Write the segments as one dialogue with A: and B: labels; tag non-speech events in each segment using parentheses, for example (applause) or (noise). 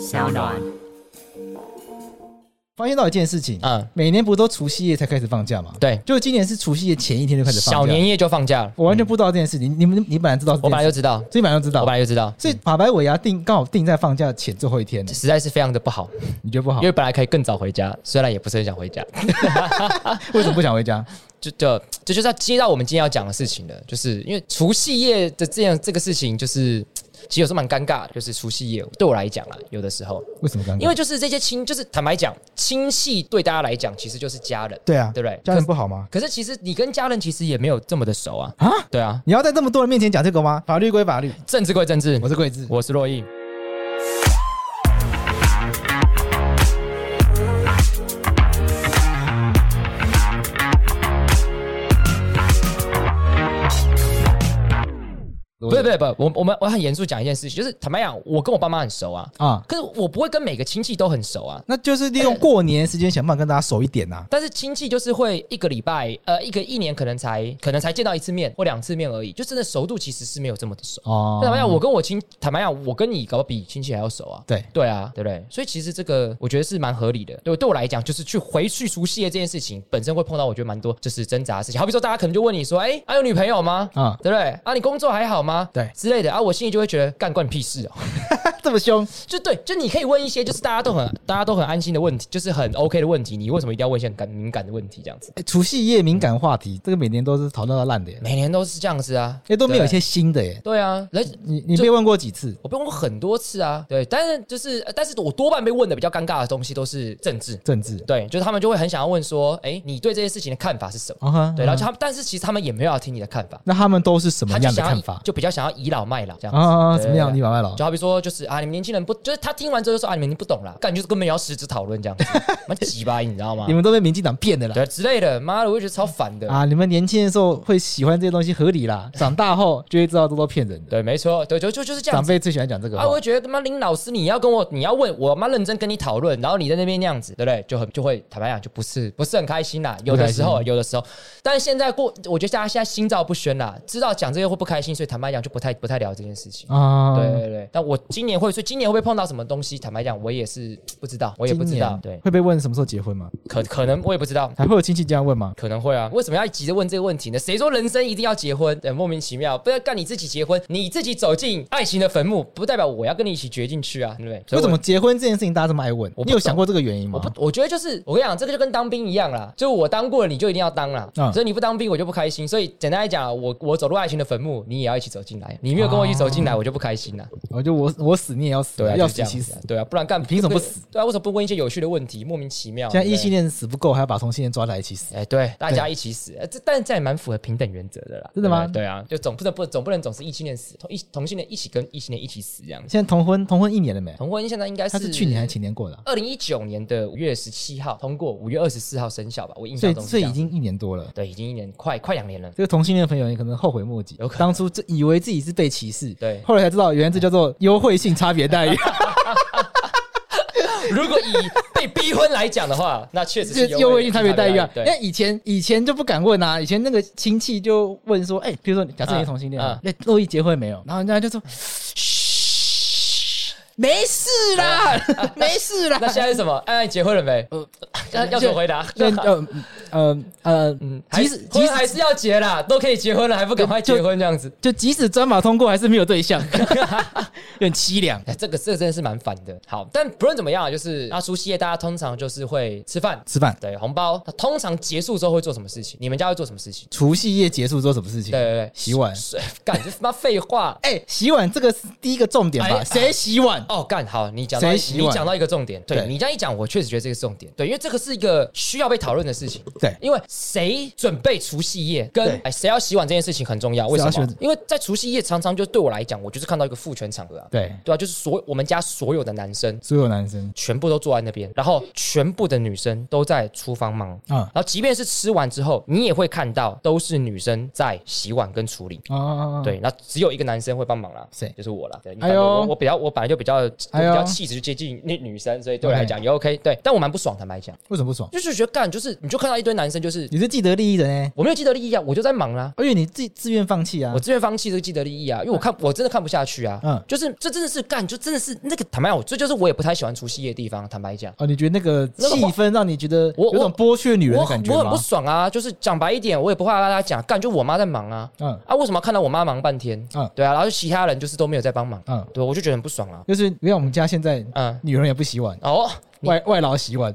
A: 小暖，
B: 发现到一件事情，
A: 嗯，
B: 每年不都除夕夜才开始放假嘛？
A: 对
B: 就今年是除夕夜前一天就开始放假。
A: 小年夜就放假了，
B: 我完全不知道这件事情，你们你本来知道这件事，
A: 我本来就知道，
B: 所以本来就知道，
A: 我本来就知道，
B: 所以马白尾牙定刚好定在放假前最后一天，
A: 实在是非常的不好，
B: 你觉得不好
A: 因？为本来可以更早回家，虽然也不是很想回家， (laughs)
B: 为什么不想回家？
A: 就就这就是要接到我们今天要讲的事情了，就是因为除夕夜的这样这个事情，就是其实有时候蛮尴尬的，就是除夕夜对我来讲啦，啊有的时候，
B: 为什么尴尬？
A: 因为就是这些亲，就是坦白讲，亲戚对大家来讲其实就是家人，
B: 对啊，
A: 对不对？
B: 家人不好吗？
A: 可是其实你跟家人其实也没有这么的熟啊，
B: 啊，
A: 对啊，
B: 你要在这么多人面前讲这个吗？法律归法律，
A: 政治归政治
B: 我，是桂智。
A: 我是洛毅。
B: 不
A: 不是不是不是，我我们我很严肃讲一件事情，就是坦白讲，我跟我爸妈很熟啊，
B: 啊，
A: 可是我不会跟每个亲戚都很熟啊。
B: 那就是利用过年时间想办法跟大家熟一点啊呐、
A: 但是亲戚就是会一个礼拜，呃，一个一年可能才可能才见到一次面或两次面而已，就真的熟度其实是没有这么的熟。
B: 哦
A: 坦白讲，我跟我亲，坦白讲，我跟你搞不好比亲戚还要熟啊。
B: 对 (laughs)
A: 对啊，对不对？所以其实这个我觉得是蛮合理的。对，对我来讲，就是去回去熟悉的这件事情本身会碰到，我觉得蛮多就是挣扎的事情。好比说，大家可能就问你说，哎，啊有女朋友吗？
B: 啊
A: 啊，对不对？啊，你工作还好吗？
B: 对
A: 之类的啊，我心里就会觉得干关你屁事哦。 (laughs)
B: 这么凶，
A: 就对，就你可以问一些就是大家都很大家都很安心的问题，就是很 OK 的问题，你为什么一定要问一些很感敏感的问题这样子？
B: 哎除夕夜敏感话题，这个每年都是讨论到烂的耶，
A: 每年都是这样子啊，
B: 哎都没有一
A: 对
B: 些新的耶。
A: 对啊，来
B: 你你
A: 就
B: 被问过几次？
A: 我被问过很多次啊，对，但是就是呃但是我多半被问的比较尴尬的东西都是政治，
B: 政治？
A: 对，就是他们就会很想要问说，哎，你对这些事情的看法是什么？
B: 啊哈，
A: 对，然后就
B: 啊
A: 他们，但是其实他们也没有要听你的看法，
B: 那他们都是什么
A: 他就
B: 样的
A: 想要
B: 看
A: 以
B: 法？
A: 就比较想要倚老卖老这样
B: 啊
A: 子
B: 啊，啊
A: 对
B: 什么样的
A: 对
B: 地方外劳？
A: 就好比说，就是啊，你们年轻人不，就是他听完之后就说啊，你们不懂啦，感觉就是根本要实质讨论这样子，蛮鸡巴，你知
B: (laughs)
A: 道吗
B: 你？们都被民进党骗的啦！
A: 啊对之类的，妈的，我就觉得超烦的。
B: 啊，你们年轻的时候会喜欢这些东西合理
A: (laughs)
B: 啦，长大后就会知道这都骗人的。
A: 对，没错，对，就就就是这样
B: 长
A: 子。
B: 辈最喜欢讲这个
A: 啊，我
B: 话
A: 会觉得他妈林老师，你要跟我，你要问我妈认真跟你讨论，然后你在那边那样子，对不对？就很就会坦白讲，就不是不是很开心啦。有的时候，啊有的时候，但是现在过，我觉得大家现在心照不宣啦，知道讲这些会不开心，所以坦白讲就不太不太聊这件事情。
B: 啊，
A: 对对对，但我今年会，所以今年会不会碰到什么东西？坦白讲，我也是不知道，我
B: 我
A: 也不知道。对，
B: 会被问什么时候结婚吗？
A: 可可能我也不知道，
B: 还会有亲戚这样问吗？
A: 可能会啊，为什么要急着问这个问题呢？谁说人生一定要结婚？对，莫名其妙，不要干你自己结婚，你自己走进爱情的坟墓，不代表我要跟你一起掘进去啊，对不对？所
B: 为
A: 以
B: 什
A: 我
B: 么？结婚这件事情大家这么爱问？
A: 我不
B: 你有想过这个原因吗
A: 我？不，我觉得就是我跟你讲，这个就跟当兵一样啦，就我当过了，你就一定要当啦，
B: 嗯
A: 所以你不当兵我就不开心。所以简单来讲啊，我我走入爱情的坟墓，你也要一起走进来，你没有跟我一起走进来，我就不开心啦。
B: 我就我我死你也要死，
A: 对啊，
B: 啊要
A: 就是这
B: 死
A: 样
B: 其死
A: 子啊。，对啊，不然干
B: 凭什么不死？
A: 对啊，为什么不问一些有趣的问题？莫名其妙。
B: 现在
A: 对不
B: 异
A: 对
B: 性恋死不够，还要把同性恋抓来一起死。
A: 哎，对，大家一起死，呃这但是这也蛮符合平等原则的啦。
B: 真的吗
A: 对不对对啊，就总不能不总不能总是异性恋死，同异同性恋一起跟异性恋一起死这样子。
B: 现在同婚同婚一年了没？
A: 同婚现在应该
B: 他
A: 是
B: 是去年还是前年过的啊？
A: 二零一九年的五月十七号通过，五月二十四号生效吧？我印
B: 所
A: 象
B: 以
A: 中是
B: 所以已
A: 这样
B: 经一年多了。
A: 对已经一年快快两年了。 (laughs)
B: 这个同性恋朋友也可能后悔莫及，
A: 有可能
B: 当初这以为自己是被歧视，
A: 对
B: 后来才知道原来这叫做优惠性差别待遇，
A: 如果以被逼婚来讲的话， (laughs) 那 (laughs) 确实
B: 就是是优惠性差别待遇啊。因为
A: 对，
B: 以前以前就不敢问啊，以前那个亲戚就问说，哎，比如说假设你是同性恋啊
A: 嗯，
B: 那洛伊结婚没有？然后人家就说，没事啦， (laughs) 没事啦
A: 那。现在是什
B: (laughs)
A: 么？安安结婚了没？ (laughs) 要要怎么回答？
B: 那呃呃呃，
A: (laughs) 嗯，
B: 即
A: 还
B: 使
A: 是
B: 即
A: 婚
B: 使
A: 还是要结啦，都可以结婚了，还不赶快
B: 就
A: 结婚这样子？
B: 就即使专法通过，还是没有对象， (laughs) 有点凄凉。
A: 哎，这个这个真的是蛮烦的。好，但不论怎么样啊，就是那除夕夜大家通常就是会 (laughs) 吃饭， (laughs)
B: 吃饭，
A: 对，红包。那通常结束之后会做什么事情？你们家会做什么事情？
B: 除夕夜结束之后什么事情？
A: 对对对， (laughs)
B: 洗碗。
A: 水，感觉他妈废话。
B: 哎、洗碗这个是第一个重点吧？
A: 哎
B: 谁、洗碗？
A: 哦，干好，你讲到
B: 谁
A: 一
B: 洗
A: 你
B: 碗
A: 讲到一个重点，对
B: 对
A: 你这样一讲，我确实觉得这个是重点，对，因为这个是一个需要被讨论的事情，
B: 对
A: 因为谁准备除夕夜
B: 对
A: 跟哎谁要洗碗这件事情很重要，为什
B: 谁要
A: 么
B: 洗碗？
A: 因为在除夕夜常常就对我来讲，我就是看到一个父权场合啊，
B: 对，
A: 对啊，就是所我们家所有的男生
B: 所有男生
A: 全部都坐在那边，然后全部的女生都在厨房忙。
B: 啊
A: 然后，即便是吃完之后，你也会看到都是女生在洗碗跟处理。
B: 啊，
A: 对，那只有一个男生会帮忙啦，
B: 谁
A: 就是我啦。对，
B: 哎呦
A: 我我比较我本来就比较我比
B: 哎呦
A: 较气质就接近那女生，所以对我来讲也 OK。对，但我蛮不爽，坦白讲，
B: 为什么不爽？
A: 就是觉得干，就是你就看到一堆男生，就是
B: 你是既得利益人哎，
A: 我没有既得利益啊，我就在忙啦。
B: 而且你自己自愿放弃啊
A: 我，自愿放弃这个既得利益啊，因为我看我真的看不下去啊，
B: 嗯
A: 嗯，就是这真的是干，就真的是那个坦白讲，我这就是我也不太喜欢除夕夜的地方，坦白讲。
B: 哦，你觉得那个
A: 那个
B: 气氛让你觉得
A: 我
B: 有种剥削女人
A: 我
B: 的
A: 很
B: 感觉
A: 我很
B: 吗
A: 不？爽啊！就是讲白一点，我也不怕大家讲，干就我妈在忙啊，
B: 嗯
A: 啊，为什么要看到我妈忙半天？
B: 嗯
A: 对啊，然后其他人就是都没有在帮忙，
B: 嗯，
A: 对，我就觉得很不爽啊，
B: 就是你看我们家现在
A: 嗯，
B: 女人也不洗碗，
A: 哦，你
B: 外外劳洗
A: (laughs)
B: 碗。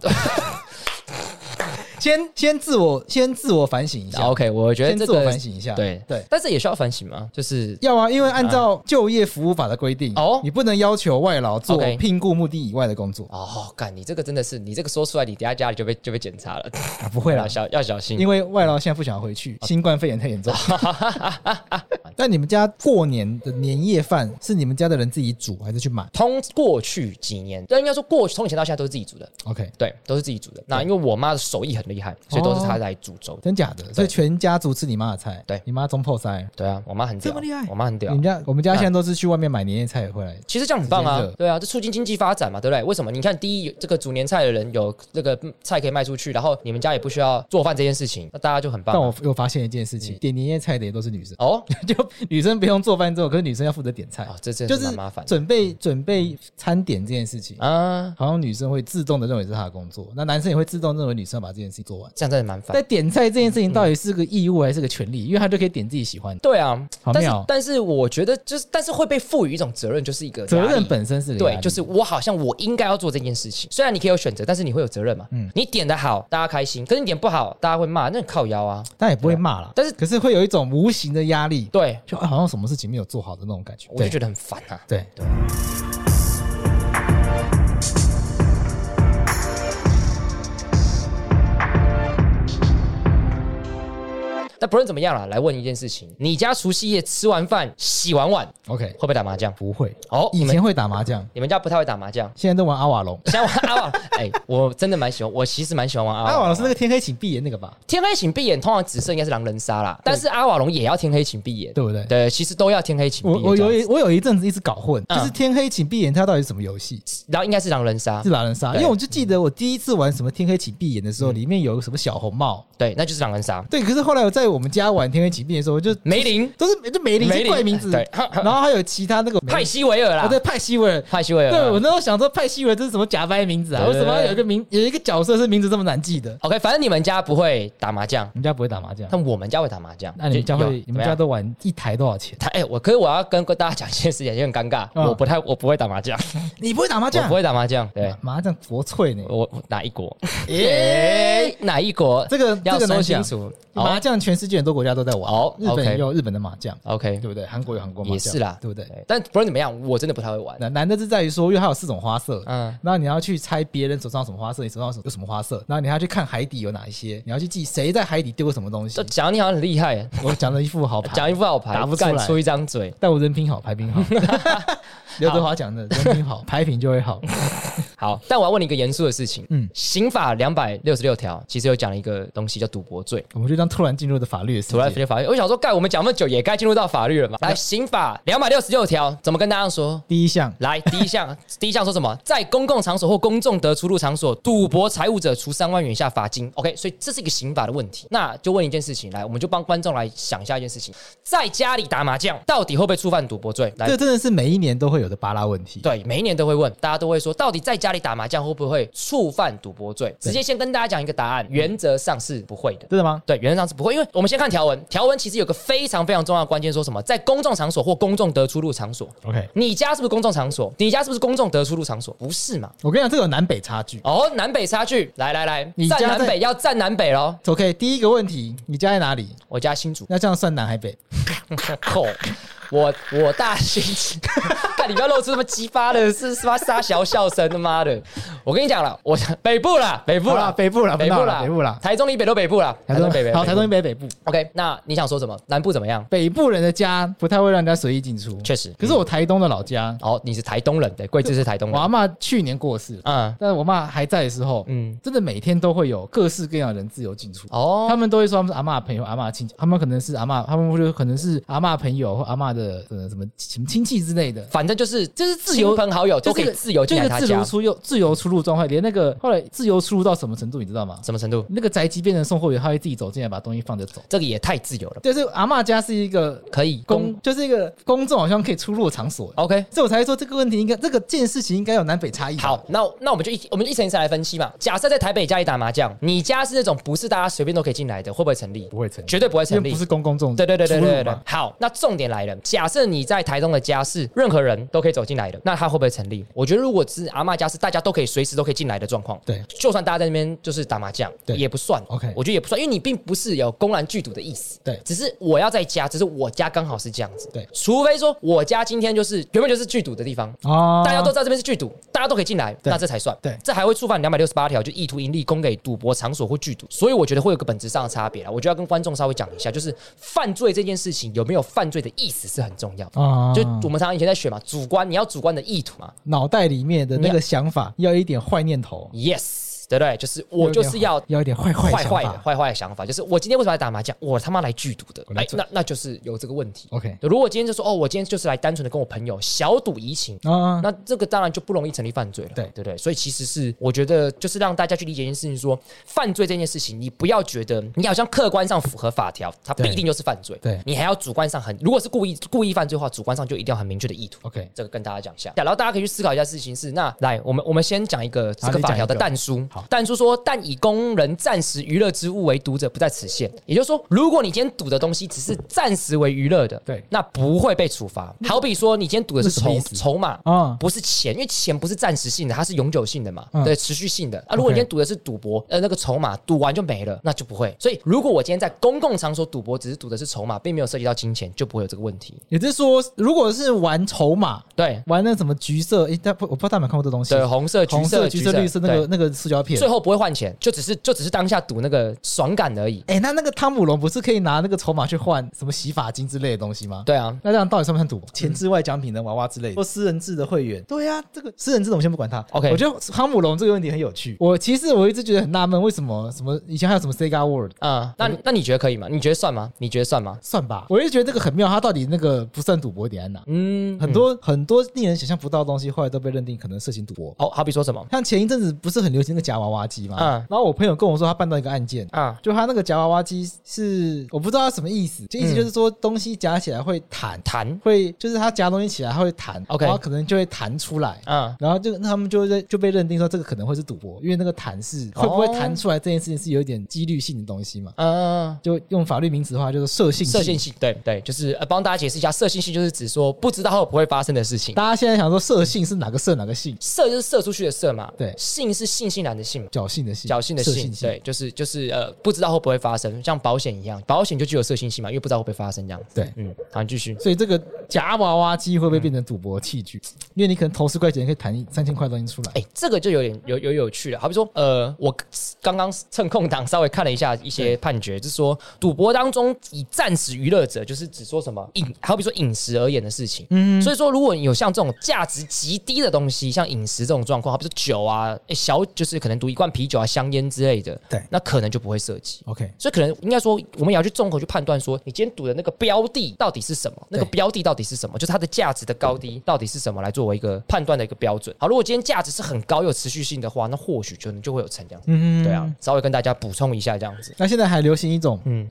B: 先先自我先自我反省一下
A: 啊 OK，我觉得
B: 先
A: 这
B: 自我
A: 个
B: 反省一下。
A: 对
B: 对，
A: 但是也需要反省嘛，就是
B: 要啊，因为按照就业服务法的规定，
A: 哦
B: 你不能要求外劳做
A: OK
B: 聘雇目的以外的工作
A: 哦，干你这个真的是，你这个说出来，你等一下家里就被就被检查了，
B: 啊，不会啦
A: 要，小要小心啊
B: 因。为外劳现在不想回去，新冠肺炎太严
A: (laughs)
B: 重。 (laughs) 那你们家过年的年夜饭是你们家的人自己煮还是去买
A: 通过去几年，但应该说过去从以前到现在都是自己煮的，
B: ？OK，
A: 对，都是自己煮的。那因为我妈的手艺很厉害，
B: 哦
A: 所以都是她来煮粥的。
B: 真假的？所以全家族吃你妈的菜，
A: 对啊
B: 你妈中破塞。
A: 对啊，我妈很屌，
B: 这么厉害
A: 我妈很
B: 你
A: 屌
B: 们。家我们家现在都是去外面买年夜菜回来，
A: 其实这样很棒
B: 直接
A: 啊
B: 热，
A: 对啊，这促进经济发展嘛，对不对？为什么？你看，第一，这个煮年菜的人有这个菜可以卖出去，然后你们家也不需要做饭这件事情，那大家就很棒
B: 但
A: 啊、
B: 我又发现一件事
A: 嗯
B: 情，点年夜菜的也都是女生， (laughs)
A: 哦，
B: 就女生不用做饭之后，可是女生要负责点菜，
A: 哦，这真
B: 就
A: 的
B: 是
A: 是蛮麻烦的
B: 准备准备餐点这件事情，
A: 啊，
B: 好像女生会自动的认为是她的工作，那男生也会自动认为女生要把这件事情做完。
A: 这样真的蛮烦
B: 但。点菜这件事情到底是个义务还是个权利？因为他就可以点自己喜欢的，
A: 对啊，
B: 好
A: 但是
B: 妙
A: 但是我觉得就是，但是会被赋予一种责任，就是一个
B: 责
A: 压
B: 任
A: 力
B: 本身是个压
A: 对，
B: 力
A: 就是我好像我应该要做这件事情。虽然你可以有选择，但是你会有责任嘛？
B: 嗯
A: 嗯，你点的好，大家开心；可是你点不好，大家会骂，那很靠腰啊。
B: 但也不会骂啦。
A: 但是
B: 可是会有一种无形的压力，
A: 对，
B: 就好像什么事情没有做好的那种感觉。
A: 我就觉
B: 得
A: 得很烦啊。
B: 对对。
A: 但不论怎么样啦，来问一件事情：你家除夕夜吃完饭、洗完碗，
B: OK，
A: 会不会打麻将？
B: 不会。
A: 哦，
B: 以
A: 你
B: 前
A: 们
B: 会打麻将，
A: 你们家不太会打麻将。
B: 现在都玩阿瓦隆。
A: 像我阿瓦， (laughs) 哎，我真的蛮喜欢，我其实蛮喜欢玩啊
B: (laughs)
A: 阿瓦。
B: (laughs) 阿瓦隆是那个天黑请闭眼那个吧？
A: 天黑请闭眼，通常紫色应该是狼人杀啦，但是阿瓦隆也要天黑请闭眼，
B: 对不对
A: 对，其实都要天黑请
B: 我
A: 闭眼。
B: 我有
A: 这样
B: 一我有一阵子一直搞混，
A: 嗯
B: 就是天黑请闭眼，它到底是什么游戏？
A: 子，然后应该是狼人杀
B: 是，狼人杀，因
A: 对
B: 为我就记得我第一次玩什么天黑请闭眼的时候，里面有个什么小红帽。
A: 对，那就是狼人杀。
B: 对，可是后来我在我们家玩天黑请闭眼的时候，我就
A: 梅林、
B: 都是就梅林
A: 梅
B: 是
A: 林
B: 怪名字，
A: 对
B: 然后还有其他那个
A: 派西维尔
B: 啊，
A: 啦
B: 对，派西维尔。
A: 派西维尔。
B: 对我啊
A: 嗯
B: 那时候想说，派西维尔这是什么假掰名字啊？
A: 对
B: 为
A: 对
B: 什么要
A: 对
B: 有一个名有一个角色是名字这么难记的？
A: OK，反正你们家不会打麻将，
B: 你们家不会打麻将？
A: 但我们家会打麻将。
B: 那你们家
A: 就
B: 会
A: 有？
B: 你们
A: 怎么
B: 家
A: 样
B: 都玩一台多少钱？
A: 他哎、我可是我要跟大家讲一件事情，也很尴尬，
B: 嗯
A: 我不太我不会打麻将，
B: 你不会打麻
A: 我
B: 将
A: 不？会打麻将，对
B: 麻麻将多脆呢！
A: 我我哪
B: (laughs)
A: 一国？
B: 诶
A: 哎，哪一国？
B: 这个这
A: 要
B: 个
A: 说
B: 难
A: 清
B: 讲。
A: 楚。
B: 麻
A: 好
B: 将全世界很多国家都在玩
A: 哦，
B: 日本
A: OK
B: 也有日本的麻将，
A: ，OK，
B: 对不对？韩国有韩国麻将，
A: 也是啦，
B: 对不对？？
A: 但不论怎么样，我真的不太会玩。
B: 难难的是在于说，因为它有四种花色，
A: 嗯
B: 然后你要去猜别人手上有什么花色，你手上有什有什么花色，然后你还要去看海底有哪一些，你要去记谁在海底丢过什么东西
A: 这。讲你好像很厉害，
B: 我讲了一副
A: (laughs)
B: 好牌，
A: 讲一副好牌，
B: 打不出来
A: 敢出一张嘴。
B: 但我人品好，牌品好。 (laughs) 刘德华讲的，人品好，牌品就会好。
A: 好，但我要问你一个严肃的事情。
B: 嗯
A: 嗯，刑法两百六十六条其实有讲一个东西叫赌博罪。
B: 我们就这样突然进入的法律的世
A: 突然
B: 界。
A: 间法律，我想说，盖我们讲那么久，也该进入到法律了嘛？来，刑法两百六十六条怎么跟大家说？
B: 第一项，
A: 来，第一项， (laughs) 第一项说什么？在公共场所或公众得出入场所赌博财物者，处三万元以下罚金。OK，所以这是一个刑法的问题。那就问一件事情，来，我们就帮观众来想一下一件事情：在家里打麻将到底会不会触犯赌博罪？来
B: 这，真的是每一年都会有的巴拉问题。
A: 对，每一年都会问，大家都会说，到底在家里打麻将会不会触犯赌博罪？直接先跟大家讲一个答案，原则上是不会的。
B: 真的吗？
A: 对，原则上是不会，因为我们先看条文，条文其实有个非常非常重要的关键，说什么在公众场所或公众得出入场所。
B: OK，
A: 你家是不是公众场所？你家是不是公众得出入场所？不是嘛？
B: 我跟你讲，这个有南北差距。
A: 哦，南北差距，来来来
B: 你，家
A: 站
B: 在
A: 南北要站南北喽。
B: OK，第一个问题，你家在哪里？
A: 我家新竹， (laughs)
B: 那这样算南还北？
A: 吼，我我大新，干你不要露出什么激发的，是是吧？傻小笑声，他妈的！我跟你讲了，我北部啦，北部
B: 好
A: 啦
B: 啦，，北部啦，
A: 北部
B: 啦，
A: 啦，
B: 北部啦，
A: 台中以北都北部啦，台中北北，
B: 好，台中以
A: 北部。
B: 北北部，
A: OK，那你想说什么？南部怎么样？
B: 北部人的家不太会让人家随意进出。
A: 确实，嗯
B: 可是我台东的老家，
A: 哦，你是台东人，对，贵志是台东
B: 我阿
A: 人，
B: 嬷去年过世了，
A: 嗯
B: 但是我妈还在的时候，
A: 嗯，
B: 真的每天都会有各式各样的人自由进出。
A: 哦，
B: 他们都会说他们是阿嬷的朋友、阿嬷的亲戚，他们可能是阿嬷，他们就可能是阿嬷的朋友或阿嬷的呃什么什么亲戚之类的，
A: 反正就是就是
B: 自由
A: 亲朋好友都可以
B: 就是
A: 自由进
B: 就
A: 来
B: 是
A: 他
B: 自
A: 家
B: 由，出入自由出入状态，连那个后来自由出入到什么程度，你知道吗？
A: 什么程度？
B: 那个宅急便的送货员他会自己走进来把东西放着走，
A: 这个也太自由了吧，
B: 就是阿嬷家是一个
A: 可以
B: 公，就是一个公众好像可以出入的场所，
A: OK。
B: 所以我才会说这个问题应该这个件事情应该有南北差异。
A: 好，，那那我们就一我们一层一层来分析嘛。假设在台北家里打麻将，你家是那种不是大家随便都可以进来的，会不会成立？
B: 不会成立
A: 绝对不会
B: 因
A: 成
B: 为
A: 立
B: 不。是公共众
A: 对对对对
B: 出入
A: 对对对
B: 嘛。
A: 好，那重点来了，假设你在台中的家是任何人都可以走进来的，那它会不会成立？我觉得如果是阿嬷家是大家都可以随时都可以进来的状况，
B: 对，
A: 就算大家在那边就是打麻将，
B: 对
A: 也不算。
B: OK
A: 我觉得也不算，因为你并不是有公然拒赌的意思。
B: 对
A: 只是我要在家，只是我家刚好是这样子。
B: 对
A: 除非说我家今天就是原本就是拒赌的地方，
B: 哦
A: 大家都知道这边是剧赌，大家都可以进来，
B: 对
A: 那这才算。
B: 对
A: 这还会触犯两百六十八条，就意图盈利供给赌博场所或剧赌，所以我觉得会有个本质上的差别啦。我就要跟观众稍微讲一下，就是犯罪这件事情有没有犯罪的意思是很重要。
B: 啊，
A: 就我们常常以前在学嘛，主观你要主观的意图嘛
B: 脑袋里面的那
A: 你要
B: 个想法要有一点坏念头，
A: ，yes，对不对？就是我就是要
B: 要一点坏坏
A: 坏
B: 想
A: 坏的
B: 法。
A: 坏坏的想法，就是我今天为什么来打麻将？我他妈来剧赌的，
B: 我来
A: 哎，
B: 做
A: 那那就是有这个问题。
B: OK
A: 如果今天就说哦，我今天就是来单纯的跟我朋友小赌怡情，
B: 啊，
A: 那这个当然就不容易成立犯罪了，
B: 对
A: 对不对？所以其实是我觉得就是让大家去理解一件事情说，犯罪这件事情，你不要觉得你好像客观上符合法条，它
B: 对
A: 必定就是犯罪，
B: 对
A: 你还要主观上很，如果是故意故意犯罪的话，主观上就一定要很明确的意图。
B: OK
A: 这个跟大家讲一下，然后大家可以去思考一下事情是那来，我们我们先讲一个这个法条的
B: 你讲一个
A: 但书
B: 好，
A: 但书说，但以供人暂时娱乐之物为读者不在此限，也就是说，如果你今天赌的东西只是暂时为娱乐的，
B: 对
A: 那不会被处罚。好比说，你今天赌的是
B: 那什么
A: 筹
B: 意思
A: 筹码
B: 啊
A: 不是钱，因为钱不是暂时性的，它是永久性的嘛，
B: 嗯
A: 对，持续性的啊。如果
B: OK
A: 你今天赌的是赌博，呃，那个筹码赌完就没了，那就不会。所以，如果我今天在公共场所赌博，只是赌的是筹码，并没有涉及到金钱，就不会有这个问题。
B: 也就是说，如果是玩筹码，
A: 对
B: 玩那什么橘色，诶，但不，我不知道大家有没有看过这东西，
A: 对，红色、橘
B: 红
A: 色、
B: 色、橘色、绿色那
A: 对
B: 个那个塑胶片
A: 最。后不会换钱，就只是就只是当下赌那个爽感而已。
B: 哎、那那个汤姆龙不是可以拿那个筹码去换什么洗发精之类的东西吗？
A: 对啊，
B: 那这样到底算不算赌？钱之外奖品的娃娃之类的，或私人制的会员？对呀、这个私人制的我们先不管它。
A: OK
B: 我觉得汤姆龙这个问题很有趣。我其实我一直觉得很纳闷，为什么什么以前还有什么 Sega World
A: 嗯，那那你觉得可以吗？你觉得算吗？你觉得算吗？
B: 算吧？我就觉得这个很妙，它到底那个不算赌博点在哪？
A: 嗯，
B: 很多、很多令人想象不到的东西，后来都被认定可能涉嫌赌博。
A: 哦，好比说什么？
B: 像前一阵子不是很流行那个夹娃娃机嘛，
A: 嗯
B: 然后我朋友跟我说他办到一个案件，
A: 啊，
B: 就他那个夹娃娃机是我不知道他什么意思，就意思就是说东西夹起来会弹，
A: 嗯弹，
B: 会就是他夹东西起来它会弹
A: OK
B: 然后可能就会弹出来。
A: 嗯，
B: 然后就那他们就认就被认定说这个可能会是赌博，因为那个弹是会不会
A: 哦
B: 弹出来这件事情是有一点几率性的东西嘛，
A: 嗯。
B: 就用法律名词的话就是射性
A: 射线性，对对，就是呃，帮大家解释一下，射线性就是指说不知道会不会发生的事情。
B: 大家现在想说射性是哪个射哪个性，
A: 射就是射出去的射嘛，
B: 对
A: 性是性性男的性嘛，
B: 侥幸的性，
A: 侥幸的
B: 射
A: 性，
B: 性
A: 对，就是就是呃，不知道会不会发生，像保险一样，保险就具有射性性嘛，因为不知道会不会发生这样子。
B: 对
A: 嗯，好，你继续。
B: 所以这个夹娃娃机会不会变成赌博器具？因为你可能投十块钱可以弹三千块的东西出来。
A: 哎、这个就有点有有有趣了。好比说，呃，我刚刚趁空档稍微看了一下一些判决，就是说赌博当中以暂时娱乐者，就是只说什么饮，好比说饮食而言的事情。嗯，所以说如果你有像这种价值极低的东西，像饮食这种状况，好比说酒啊，哎小就是可能赌一罐啤酒啊、香烟之类的，
B: 对
A: 那可能就不会涉及。
B: OK，
A: 所以可能应该说，我们也要去综合去判断说，你今天赌的那个标的到底是什么？那个
B: 对
A: 标的到底是什么？就是它的价值的高低到底是什么来作为一个判断的一个标准。嗯好，如果今天价值是很高又持续性的话，那或许就能就会有成这样子。
B: 嗯
A: 对啊。，稍微跟大家补充一下这样子。
B: 那现在还流行一种，
A: 嗯，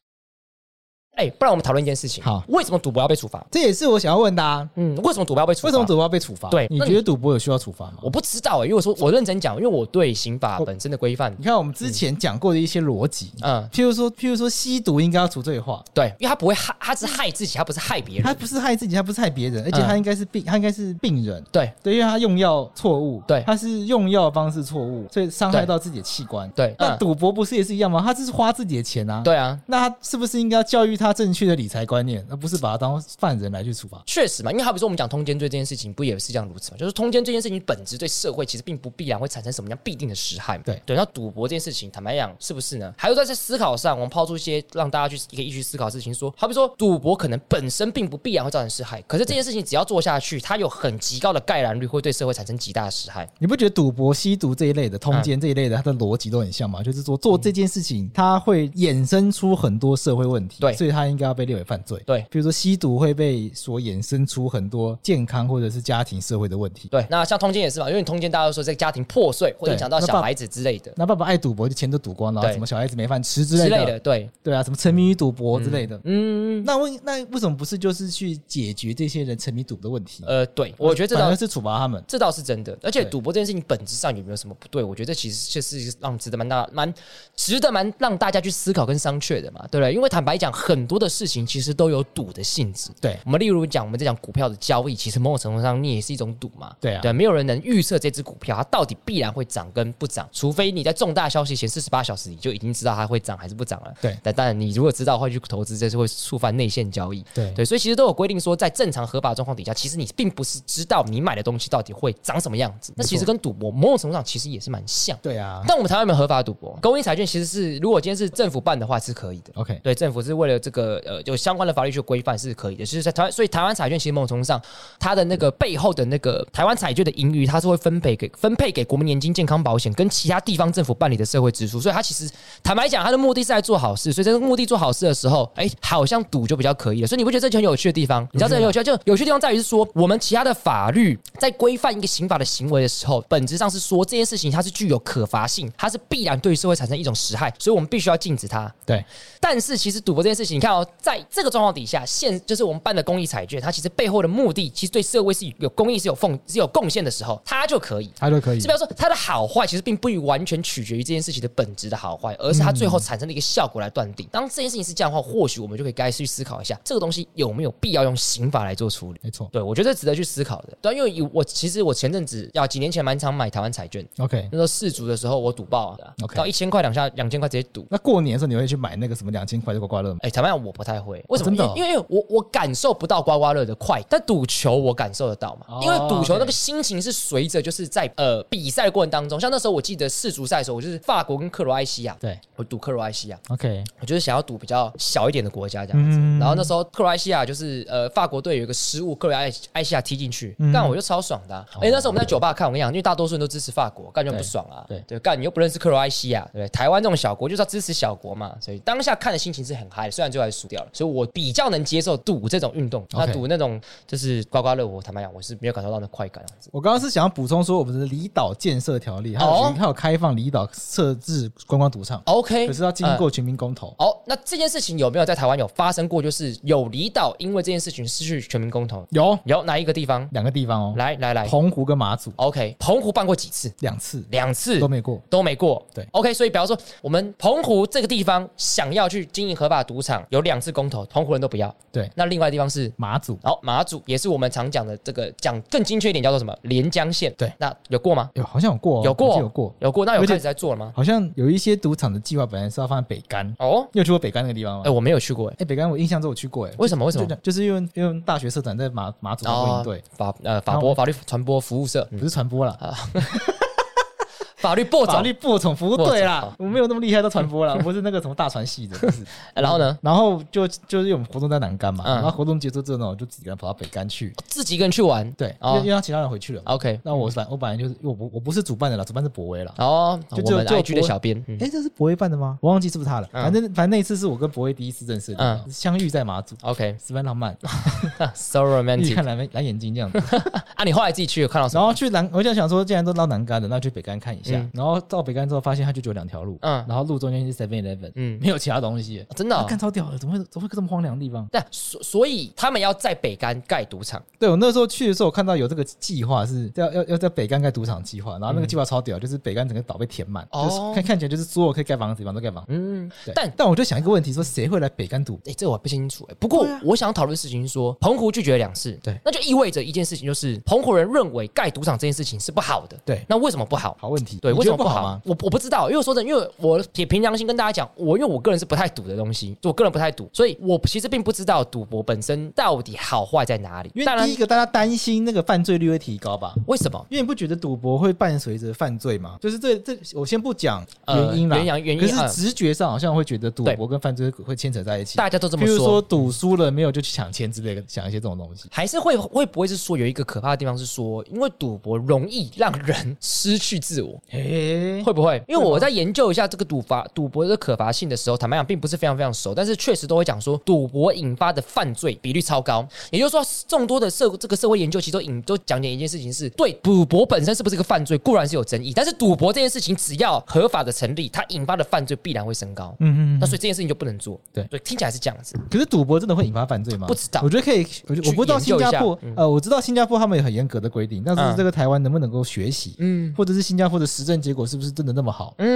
A: 哎、不然我们讨论一件事情。
B: 好
A: 为什么赌博要被处罚？
B: 这也是我想要问的啊，
A: 嗯，为什么赌博要被处罚？
B: 为什么赌博要被处罚？
A: 对
B: 你
A: 那你
B: 觉得赌博有需要处罚吗？
A: 我不知道哎、因为我说我认真讲，因为我对刑法本身的规范
B: 你，看我们之前讲过的一些逻辑，
A: 嗯，
B: 譬如说，譬如说吸毒应该要除罪化，
A: 对，因为他不会害，他是害自己，他不是嗯害别
B: 他
A: 人。
B: 不是害自己，他不是害别人，而且他应该是病，他应该是病人。
A: 对
B: 对，因为他用药错误，
A: 对
B: 他是用药方式错误，所以伤害
A: 对
B: 到自己的器官。
A: 对
B: 那
A: 嗯
B: 赌博不是也是一样吗？他这是花自己的钱啊。
A: 对啊，
B: 那他是不是应该要教育他他正确的理财观念，而不是把他当犯人来去处罚。
A: 确实嘛，因为好比说我们讲通奸罪这件事情，不也是这样如此嘛？就是通奸这件事情本质对社会其实并不必然会产生什么样必定的实害嘛。
B: 对
A: 对，那赌博这件事情，坦白讲是不是呢？还有在这思考上，我们抛出一些让大家去可以一起去思考的事情说，好比说赌博可能本身并不必然会造成实害，可是这件事情只要做下去，它有很极高的概然率会对社会产生极大的实害。
B: 你不觉得赌博、吸毒这一类的、通
A: 嗯
B: 奸这一类的，它的逻辑都很像吗？就是说做这件事情，它会衍生出很多社会问题，
A: 对
B: 所以它应该要被列为犯罪。
A: 对
B: 比如说吸毒会被所衍生出很多健康或者是家庭社会的问题。
A: 对，那像通奸也是嘛，因为你通奸大家都说这个家庭破碎，会影响到
B: 对那
A: 小
B: 爸
A: 孩子之类的
B: 那爸爸爱赌博，就钱都赌光了，
A: 对
B: 什么小孩子没饭吃之
A: 之
B: 类的，
A: 类的，对，
B: 对啊，什么沉迷于赌博之类的。
A: 嗯，
B: 那为那为什么不是就是去解决这些人沉迷赌博的问题？
A: 呃，对，我觉得这
B: 反
A: 倒
B: 而是处罚他们。
A: 这倒是真的，而且
B: 对
A: 赌博这件事情本质上有没有什么不对？我觉得其实这是让值得蛮大、蛮值得蛮让大家去思考跟商榷的嘛，对不对？因为坦白讲，很多的事情其实都有赌的性质。
B: 对
A: 我们例如讲，我们在讲股票的交易，其实某种程度上你也是一种赌嘛。
B: 对啊
A: 对，没有人能预测这只股票它到底必然会涨跟不涨，除非你在重大消息前四十八小时你就已经知道它会涨还是不涨了。
B: 对
A: 但当然你如果知道的话去投资，这是会触犯内线交易。
B: 对
A: 对，所以其实都有规定说，在正常合法状况底下，其实你并不是知道你买的东西到底会长什么样子。那其实跟赌博某种程度上其实也是蛮像。
B: 对啊
A: 但我们台湾有没有合法赌博？公益彩券其实是，如果今天是政府办的话是可以的。
B: ，OK，
A: 对，政府是为了这个呃，有相关的法律去规范是可以的，就是在台湾，所以台湾彩券其实某种程度上，它的那个背后的那个台湾彩券的盈余，它是会分配给分配给国民年金健康保险跟其他地方政府办理的社会支出，所以它其实坦白讲，它的目的是在做好事，所以在这个目的做好事的时候，哎，好像赌就比较可以了，所以你不觉得这就很有趣的地方？你知道这很有趣，就有趣的地方在于是说，我们其他的法律在规范一个刑法的行为的时候，本质上是说这件事情它是具有可罚性，它是必然对社会产生一种实害，所以我们必须要禁止它。
B: 对，
A: 但是其实赌博这件事情，你看哦，在这个状况底下，现就是我们办的公益彩券，它其实背后的目的，其实对社会是有公益是有奉是有贡献的时候，它就可以。嗯
B: 他就可以
A: 是不。要说它的好坏，其实并不完全取决于这件事情的本质的好坏，而是它最后产生的一个效果来断定。当这件事情是这样的话，或许我们就可以该去思考一下，这个东西有没有必要用刑法来做处理。
B: 没错
A: 对，我觉得这值得去思考的。对啊，因为有我其实我前阵子要几年前蛮常买台湾彩券，
B: ，OK
A: 那。时候世足的时候我赌爆啊，
B: OK
A: 到一千块两下两千块直接赌，
B: 那过年的时候你会去买那个什么两千块的刮刮乐吗？
A: 哎、坦白讲，我不太会，为什么？
B: 真的哦
A: 因为因为我我感受不到刮刮乐的快，但赌球我感受得到嘛。
B: 哦
A: 因为赌球那个
B: OK
A: 心情是随着就是在呃比赛过程当中，像那时候我记得世足赛的时候，我就是法国跟克罗埃西亚，
B: 对
A: 我赌克罗埃西亚，
B: ，OK，
A: 我就是想要赌比较小一点的国家这样子。
B: 嗯
A: 然后那时候克罗埃西亚就是呃法国队有一个失误，克罗埃埃西亚踢进去，
B: 嗯哦
A: 干、我就超爽的、啊。哎、那时候我们在酒吧看，我跟你讲，因为大多数人都支持法国，干就很不爽啊。
B: 对
A: 对，干你又不认识克罗埃西亚，对不对？台湾这种小国就是要支持小国嘛，所以当下看的心情是很嗨的，虽然最后还是输掉了，所以我比较能接受赌这种运动。那
B: OK
A: 赌那种就是刮刮乐，我坦白讲，我是没有感受到那快感啊这样子。
B: 我刚刚是想要补充说，我们的离岛建设条例还有、
A: 哦
B: 还有开放离岛设置观光赌场，
A: OK，
B: 可是要经过全民公投。
A: 哦，那这件事情有没有在台湾有发生过？就是有离岛因为这件事情失去全民公投，
B: 有
A: 有哪一个地方？
B: 两个地方哦，
A: 来来来
B: 澎湖跟马祖
A: ，OK，澎湖办过几次？
B: 两次
A: 两次
B: 都没过。
A: 都没过。
B: 对
A: ，OK，所以比方说，我们澎湖这个地方想要去经营合法赌场，有两次公投，澎湖人都不要。
B: 对，
A: 那另外地方是。
B: 马祖
A: 好，马祖也是我们常讲的这个讲更精确一点叫做什么连江县。
B: 对
A: 那有过吗？
B: 有好像有过、哦，
A: 有
B: 我记
A: 过，
B: 得有过，
A: 有过。那有
B: 而且
A: 开始在做了吗？
B: 好像有一些赌场的计划本来是要放在北干，
A: 哦，
B: 你有去过北干那个地方吗？
A: 哎、
B: 哎、
A: 我没有去过、哎，
B: 北干我印象中我去过、哎，
A: 为什么？为什
B: 就
A: 么
B: 这？样就是因为因为大学社团在马马祖做营队，
A: 法呃法
B: 然后
A: 播法律传播服务社，嗯
B: 不是传播啦，
A: 法律播
B: 法
A: 种
B: 律，播种服务队
A: 播种
B: 啦，我没有那么厉害到传
A: (laughs)
B: 播啦，我不是那个什么大传系的。不是
A: 哎然后呢，
B: 然后就就是因为我们活动在南干嘛，
A: 嗯
B: 然后活动结束之后呢，我就自己一个人跑到北干去，
A: 自己一个人去玩，
B: 对，因
A: 哦
B: 为因为他其他人回去了。
A: ，OK，
B: 那我反我本来就是因为我不我不是主办的啦，主办是博威啦。
A: 哦，
B: 就
A: 我们
B: 就就
A: IG 的小编，嗯
B: 哎，这是博威办的吗？我忘记是不是他了。
A: 嗯
B: 反正反正那一次是我跟博威第一次认识的，
A: 嗯
B: 相遇在马祖，
A: ，OK，
B: 十分浪漫，
A: so
B: 一起
A: romantic
B: 看蓝蓝眼睛这样子。 (laughs)
A: 啊！你后来自己去有看到什
B: 然
A: 么？
B: 后去南，我就想说，既然都到南干了，那去北干看一下。
A: 嗯
B: 然后到北干之后，发现它就只有两条路，
A: 嗯
B: 然后路中间是 Seven Eleven，
A: 嗯
B: 没有其他东西。
A: 啊真的
B: 啊，
A: 哦
B: 看，超屌的，怎么会怎么会这么荒凉的地方？
A: 但所所以他们要在北干盖赌场，
B: 对我那时候去的时候，我看到有这个计划是要要要在北干盖赌场计划，然后那个计划超屌，就是北干整个岛被填满，
A: 哦
B: 就是看看起来就是所有可以盖房子的地方都盖房子。
A: 嗯
B: 对，
A: 但
B: 但我就想一个问题，说谁会来北干赌？
A: 哎、这我不清楚哎、不过我想讨论的事情是说，澎湖拒绝了两次，
B: 对
A: 那就意味着一件事情，就是澎湖人认为盖赌场这件事情是不好的，
B: 对
A: 那为什么不好？
B: 好问题，
A: 对，
B: 你
A: 为
B: 觉
A: 什
B: 得
A: 么不
B: 不
A: 好
B: 好吗
A: 我我不知道，因为说真的，因为我铁凭良心跟大家讲，我因为我个人是不太赌的东西，我个人不太赌，所以我其实并不知道赌博本身到底好坏在哪里。
B: 因
A: 当
B: 为
A: 然
B: 第一个大家担心那个犯罪率会提高吧？
A: 为什么？
B: 因为你不觉得赌博会伴随着犯罪吗？就是这这，我先不讲
A: 呃
B: 原因啦，
A: 原因原因
B: 可是
A: 嗯
B: 直觉上好像会觉得赌
A: 对
B: 博跟犯罪会牵扯在一起。
A: 大家都这
B: 比
A: 么
B: 如
A: 说，
B: 说赌输了没有就去抢钱之类的，想一些这种东西。
A: 还是会会不会是说有一个可怕的地方是说，因为赌博容易让人失去自我，
B: 诶，
A: 会不会？因为我在研究一下这个赌法、赌博的可罚性的时候，坦白讲，并不是非常非常熟，但是确实都会讲说，赌博引发的犯罪比率超高。也就是说，众多的社这个社会研究其实都引都讲解一件事情是，对赌博本身是不是一个犯罪，固然是有争议，但是赌博这件事情只要合法的成立，它引发的犯罪必然会升高。
B: 嗯嗯
A: 那所以这件事情就不能做。
B: 对
A: 对，听起来是这样子。
B: 可是赌博真的会引发犯罪吗？
A: 不知道
B: 我觉得可以，我觉得我不知道
A: 去
B: 新
A: 研究一下
B: 加坡
A: 嗯，
B: 呃，我知道新加坡他们有很严格的规定，但
A: 嗯
B: 是这个台湾能不能够学习，
A: 嗯
B: 或者是新加坡的实证结果是不是真的那么好？我也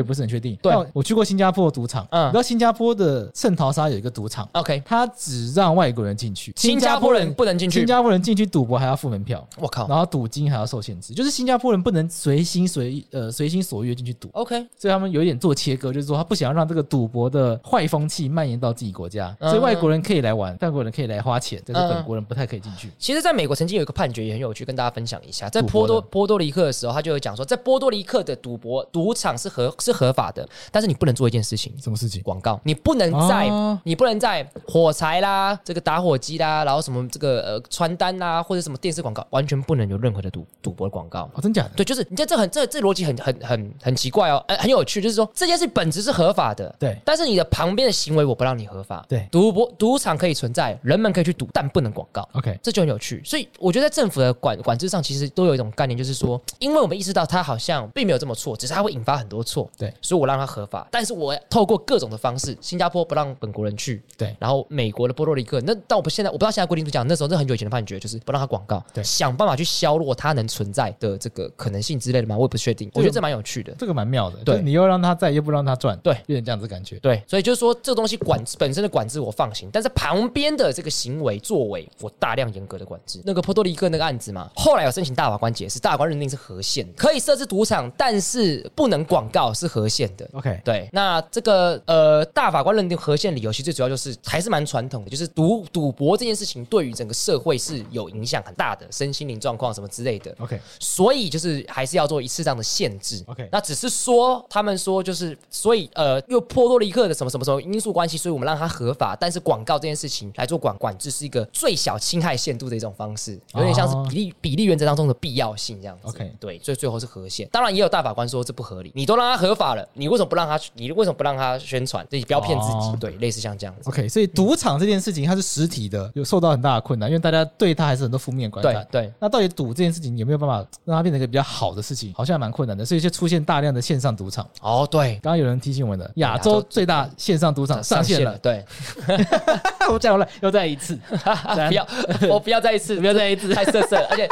A: 嗯
B: 不是很确定。
A: 对
B: 但我去过新加坡的赌场，
A: 嗯
B: 你知道新加坡的圣淘沙有一个赌场，
A: ，OK，
B: 它只让外国人进去，
A: 新加坡人不能进去哦
B: 新。加坡哦人进去赌博还要付门票，
A: 我靠
B: 然后赌金还要受限制，就是新加坡人不能随心随意呃随心所欲地进去赌。
A: ，OK，
B: 所以他们有一点做切割，就是说他不想要让这个赌博的坏风气蔓延到自己国家，
A: 嗯
B: 所以外国人可以来玩，外国人可以来花钱，但是本国人不太可以进去。
A: 其实，在美国曾经有一个判决也很有趣，跟大家分享一下。在
B: 赌
A: 波
B: 博的
A: 多波多黎各的时候，他就有讲说，在波多黎各的赌博赌场是合是合法的，但是你不能做一件事情，
B: 什么事情？
A: 广告，你不能在、
B: 哦
A: 你不能在火柴啦、这个打火机啦，然后什么这个呃传单啦，或者什么电视广告，完全不能有任何的赌赌博的广告。
B: 哦，真假的？
A: 对，就是你这这很这这逻辑很很很很奇怪哦，呃，很有趣，就是说这件事本质是合法的，
B: 对
A: 但是你的旁边的行为我不让你合法，
B: 对
A: 赌博赌场可以存在，人们可以去赌，但不能广告。
B: OK，
A: 这就很有趣。所以我觉得在政府的管管制上，其实都有一种概念，就是说，因为我们意识到它好像并没有这么错，只是它会引发很多错，
B: 对
A: 所以我让它合法，但是我透过各种的方式，新加坡不让本国人去，
B: 对
A: 然后美国的波多黎各，那但我不现在我不知道现在规定是不是这样，那时候那很久以前的判决就是不让它广告，
B: 对
A: 想办法去削弱它能存在的这个可能性之类的嘛，我也不确定，我觉得这蛮有趣的。
B: 这个蛮妙的，
A: 对
B: 就是你又让他在，又不让他赚，
A: 对
B: 有点这样子感觉。
A: 对，所以就是说，这个东西管本身的管制我放心，但是旁边的这个行为作为，我大量严格的管制。那个波多黎各那个案子嘛，后来有申请大法官解释，大法官认定是合宪，可以设置赌场，但是不能广告是合宪的。
B: OK，
A: 对，那这个呃，大法官认定合宪理由，其实最主要就是还是蛮传统的，就是赌赌博这件事情对于整个社会是有影响很大的，身心灵状况什么之类的。
B: OK，
A: 所以就是还是要做一次这样的限制。
B: OK
A: 那只是说他们说就是，所以呃，又波多黎各的什么什么什么因素关系，所以我们让它合法，但是广告这件事情来做管管制是一个最小侵害限度的一种方式，有点像是比例、比例原则当中的必要性这样子。
B: 哦 OK
A: 对，所以最后是合宪。当然也有大法官说这不合理，你都让它合法了，你为什么不让它？你为什么不让它宣传？对，你不要骗自己。
B: 哦
A: 对，类似像这样子。
B: OK，所以赌场这件事情它是实体的，有受到很大的困难，因为大家对它还是很多负面观
A: 对
B: 感。
A: 对。
B: 那到底赌这件事情有没有办法让它变成一个比较好的事情？好像还蛮困难的，所以就出现大量的线上赌场。
A: 哦，对，
B: 刚刚有人提醒我们的，亚
A: 亚
B: 洲
A: 洲
B: 最大线上赌
A: 啊
B: 场上线了。
A: 对，
B: (laughs) 我讲完了，又再一次，
A: (laughs) 不
B: 不 (laughs)
A: 要，我不要再一次，不要再一次，太色色了。而且，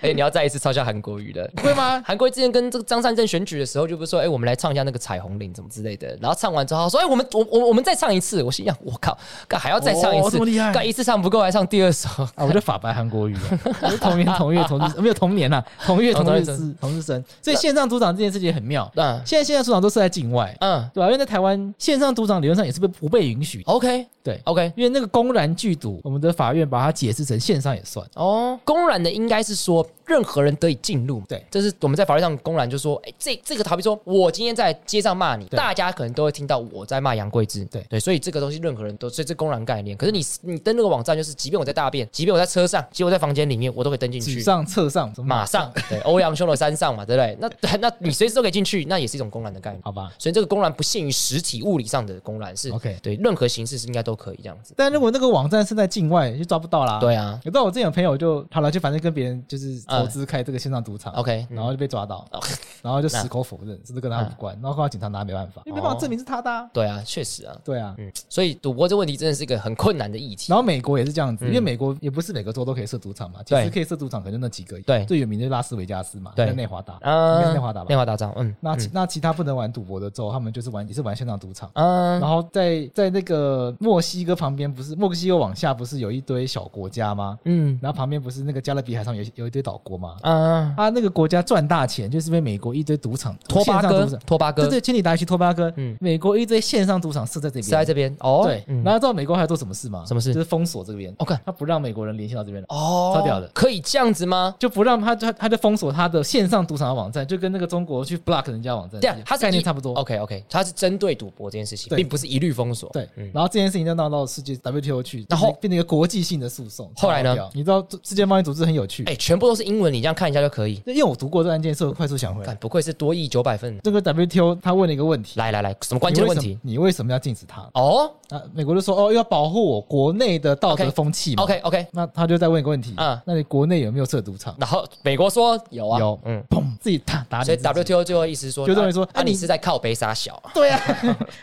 A: 哎、你要再一次抄下韩国语了。
B: 会吗？
A: (laughs) 韩国瑜之前跟这个张善政选举的时候，就不是说，哎、我们来唱一下那个彩虹领怎么之类的。然后唱完之后，他说，哎、我们我我我们再唱一次。我心想，我靠，干还要再唱一
B: 哦
A: 次，
B: 这么厉害
A: 干一次唱不够，还唱第二首。 (laughs)
B: 啊，我就法白韩国语、啊，我是同年同月同日，没有同年呐、同月
A: 哦
B: 同
A: 同月
B: 日
A: 同
B: 生同日生。所以线上赌场这件事情很妙，
A: 嗯
B: 现在线上赌场都是在境外，
A: 嗯
B: 对吧、因为在台湾线上赌场理论上也是被不被允许，
A: ，OK
B: 对，
A: OK，
B: 因为那个公然拒赌，我们的法院把它解释成线上也算。
A: 哦，公然的应该是说任何人得以进入，
B: 对
A: 这是我们在法律上公然就说，哎、这这个逃避说，我今天在街上骂你，
B: 对
A: 大家可能都会听到我在骂杨贵枝，
B: 对
A: 对，所以这个东西任何人都，所以这公然概念。可是你你登那个网站，就是即便我在大便，即便我在车上，即便我在房间里面，我都可以登进
B: 纸
A: 去。
B: 上、册上，怎么
A: 马上，对，欧阳修的山上嘛，对不对？那对那你随时都可以进去，那也是一种公然的概念。
B: 好吧？
A: 所以这个公然不限于实体物理上的公然，是
B: OK
A: 对任何形式是应该都可以这样子。
B: 但如果那个网站是在境外，就抓不到啦。
A: 对啊
B: 有到我之前有朋友就好了，就反正跟别人就是投资开这个线上赌场
A: ，OK，
B: 然后就被抓到，
A: 哦
B: 然后就矢口否认，是这个他你关，
A: 嗯
B: 然后后来警察拿没办
A: 哦
B: 法，因为没办法证明是他的啊。
A: 对啊，确实啊，
B: 对啊，
A: 嗯，所以赌博这问题真的是一个很困难的议题
B: 然。后美国也是这样子，因为美国也不是每个州都可以设赌场嘛，其实
A: 嗯对
B: 可以设赌场可能就那几个，
A: 对
B: 最有名就是拉斯维加斯嘛，
A: 对
B: 跟内华达，应
A: 啊
B: 该是内华达
A: 内
B: 吧。
A: 华达仗，嗯，
B: 那其那其他不能玩赌博的州，他们就是玩也是玩现场赌场。
A: 嗯，
B: 然后在在那个墨西哥旁边，不是墨西哥往下不是有一堆小国家吗？
A: 嗯，
B: 然后旁边不是那个加勒比海上有一有一堆岛国吗？
A: 啊，
B: 他那个国家赚大钱，就是因为美国一堆赌场，
A: 托巴
B: 线上
A: 哥
B: 赌场，
A: 托巴
B: 对
A: 哥
B: 对，千里达区托巴哥，
A: 嗯
B: 美国一堆线上赌场设在这边，
A: 是在这边哦，
B: 对，
A: 嗯
B: 然后知道美国还做什么事吗？
A: 什么事
B: 就是封锁这边，
A: 哦干
B: 他不让美国人联系到这边了，
A: 哦，
B: 超屌的
A: 可以这样子吗？
B: 就不让他他他就封锁他的线上赌场的网站，就跟那个中国去 block 人家网站，
A: 这样，它啊是
B: 概念
A: 一
B: 差不多。
A: OK OK，它是针对赌博这件事情，
B: 对
A: 并不是一律封锁。
B: 对，
A: 嗯
B: 然后这件事情就闹到世界 WTO 去，
A: 然后
B: 就是变成一个国际性的诉讼。
A: 后来呢
B: 超屌？你知道世界贸易组织很有趣，
A: 哎，全部都是英文，你这样看一下就可以。
B: 因为我读过这案件，所以我快速想回来
A: 看，。不愧是多亿九百份。
B: 这个 WTO 他问了一个问题，
A: 来来来，什么关键的问
B: 你为
A: 题
B: 什？么？你为什么要禁止他？
A: 哦
B: 啊，美国就说哦，要保护我国内的道德
A: OK，
B: 风气嘛。
A: ，OK OK，
B: 那他就再问一个问题，
A: 嗯
B: 啊，那你国内有没有设赌场？
A: 然后美国说有啊，
B: 有
A: 嗯，
B: 砰，自己打打脸
A: 所以
B: 自己。
A: WTO 最后意思说，
B: 就认为说
A: 啊，
B: 啊
A: 你
B: 你
A: 是在靠北撒小啊
B: (laughs) 对啊，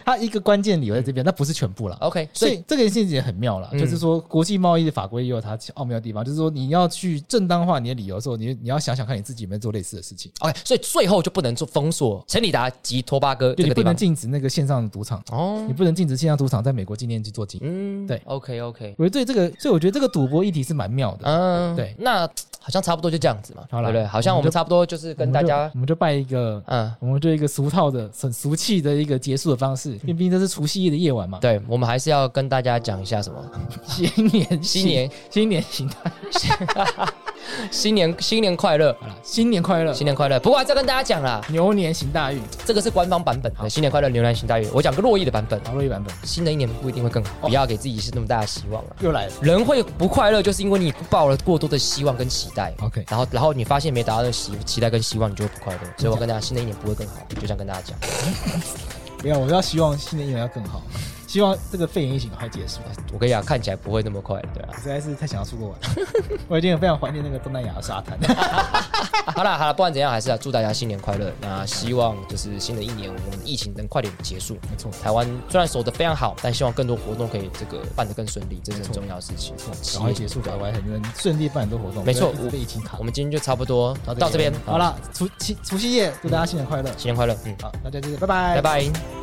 B: 它一个关键理由在这边，那不是全部啦。
A: ，OK，
B: 所
A: 所
B: 以
A: 以
B: 这个事情也很妙啦，
A: 嗯
B: 就是说国际贸易的法规也有它奥妙的地方，就是说你要去正当化你的理由的时候，你你要想想看你自己有没有做类似的事情，
A: OK，所以最后就不能做封锁陈里达及托巴哥
B: 就
A: 这
B: 你
A: 个
B: 不
A: 地
B: 能
A: 方
B: 禁止那个线上的赌场，
A: 哦
B: 你，不能禁止线上赌场在美国境内去做经营。
A: 嗯，
B: 对
A: ，OK OK，
B: 我觉得对这个，所以我觉得这个赌博议题是蛮妙的。
A: 嗯，
B: 对
A: 那好像差不多就这样子嘛，对
B: 好
A: 不
B: 啦
A: 对？好像我们差不多就是跟大家
B: 我们就我们就拜一个，
A: 嗯。
B: 我们就一个俗套的、很俗气的一个结束的方式，因为毕竟这是除夕夜的夜晚嘛。
A: 嗯对，我们还是要跟大家讲一下什么
B: 新年
A: 新年
B: 新年行态，
A: 新年新年快乐，
B: 好了，新年快乐，
A: 新年快乐。不过还是要跟大家讲啦，
B: 牛年行大运，
A: 这个是官方版本的新年快乐牛腩行大运，我讲个洛邑的版本。
B: 好洛伊版本
A: 新的一年不一定会更
B: 哦
A: 好，不要给自己是那么大的希望了。
B: 又来了。
A: 人会不快乐，就是因为你抱了过多的希望跟期待。
B: OK
A: 然后然后你发现没达到那个期期待跟希望，你就会不快乐。
B: 嗯
A: 所以我跟大家，新的一年不会更好，就这样跟大家讲。
B: 没有，我要希望新的一年要更好，希望这个肺炎疫情赶快结束。
A: 我跟你讲，看起来不会那么快乐，对啊。
B: 实在是太想要出
A: (laughs)
B: 国玩，我已经非常怀念那个东南亚的沙滩。
A: 好啦好啦，不管怎样，还是要祝大家新年快乐。那希望就是新的一年，我们疫情能快点结束。
B: 没错
A: 台湾虽然守得非常好，但希望更多活动可以这个办得更顺利，这是很重要的事情。
B: 赶快结束，赶快很多人顺利办很多活动，
A: 没错
B: 不要一直被疫情卡
A: 我。们今天就差不多到这边，
B: 好，了，除夕除夕夜，祝大家新年快乐。
A: 新年快乐，嗯，
B: 好，大家再见，拜拜，
A: 拜拜。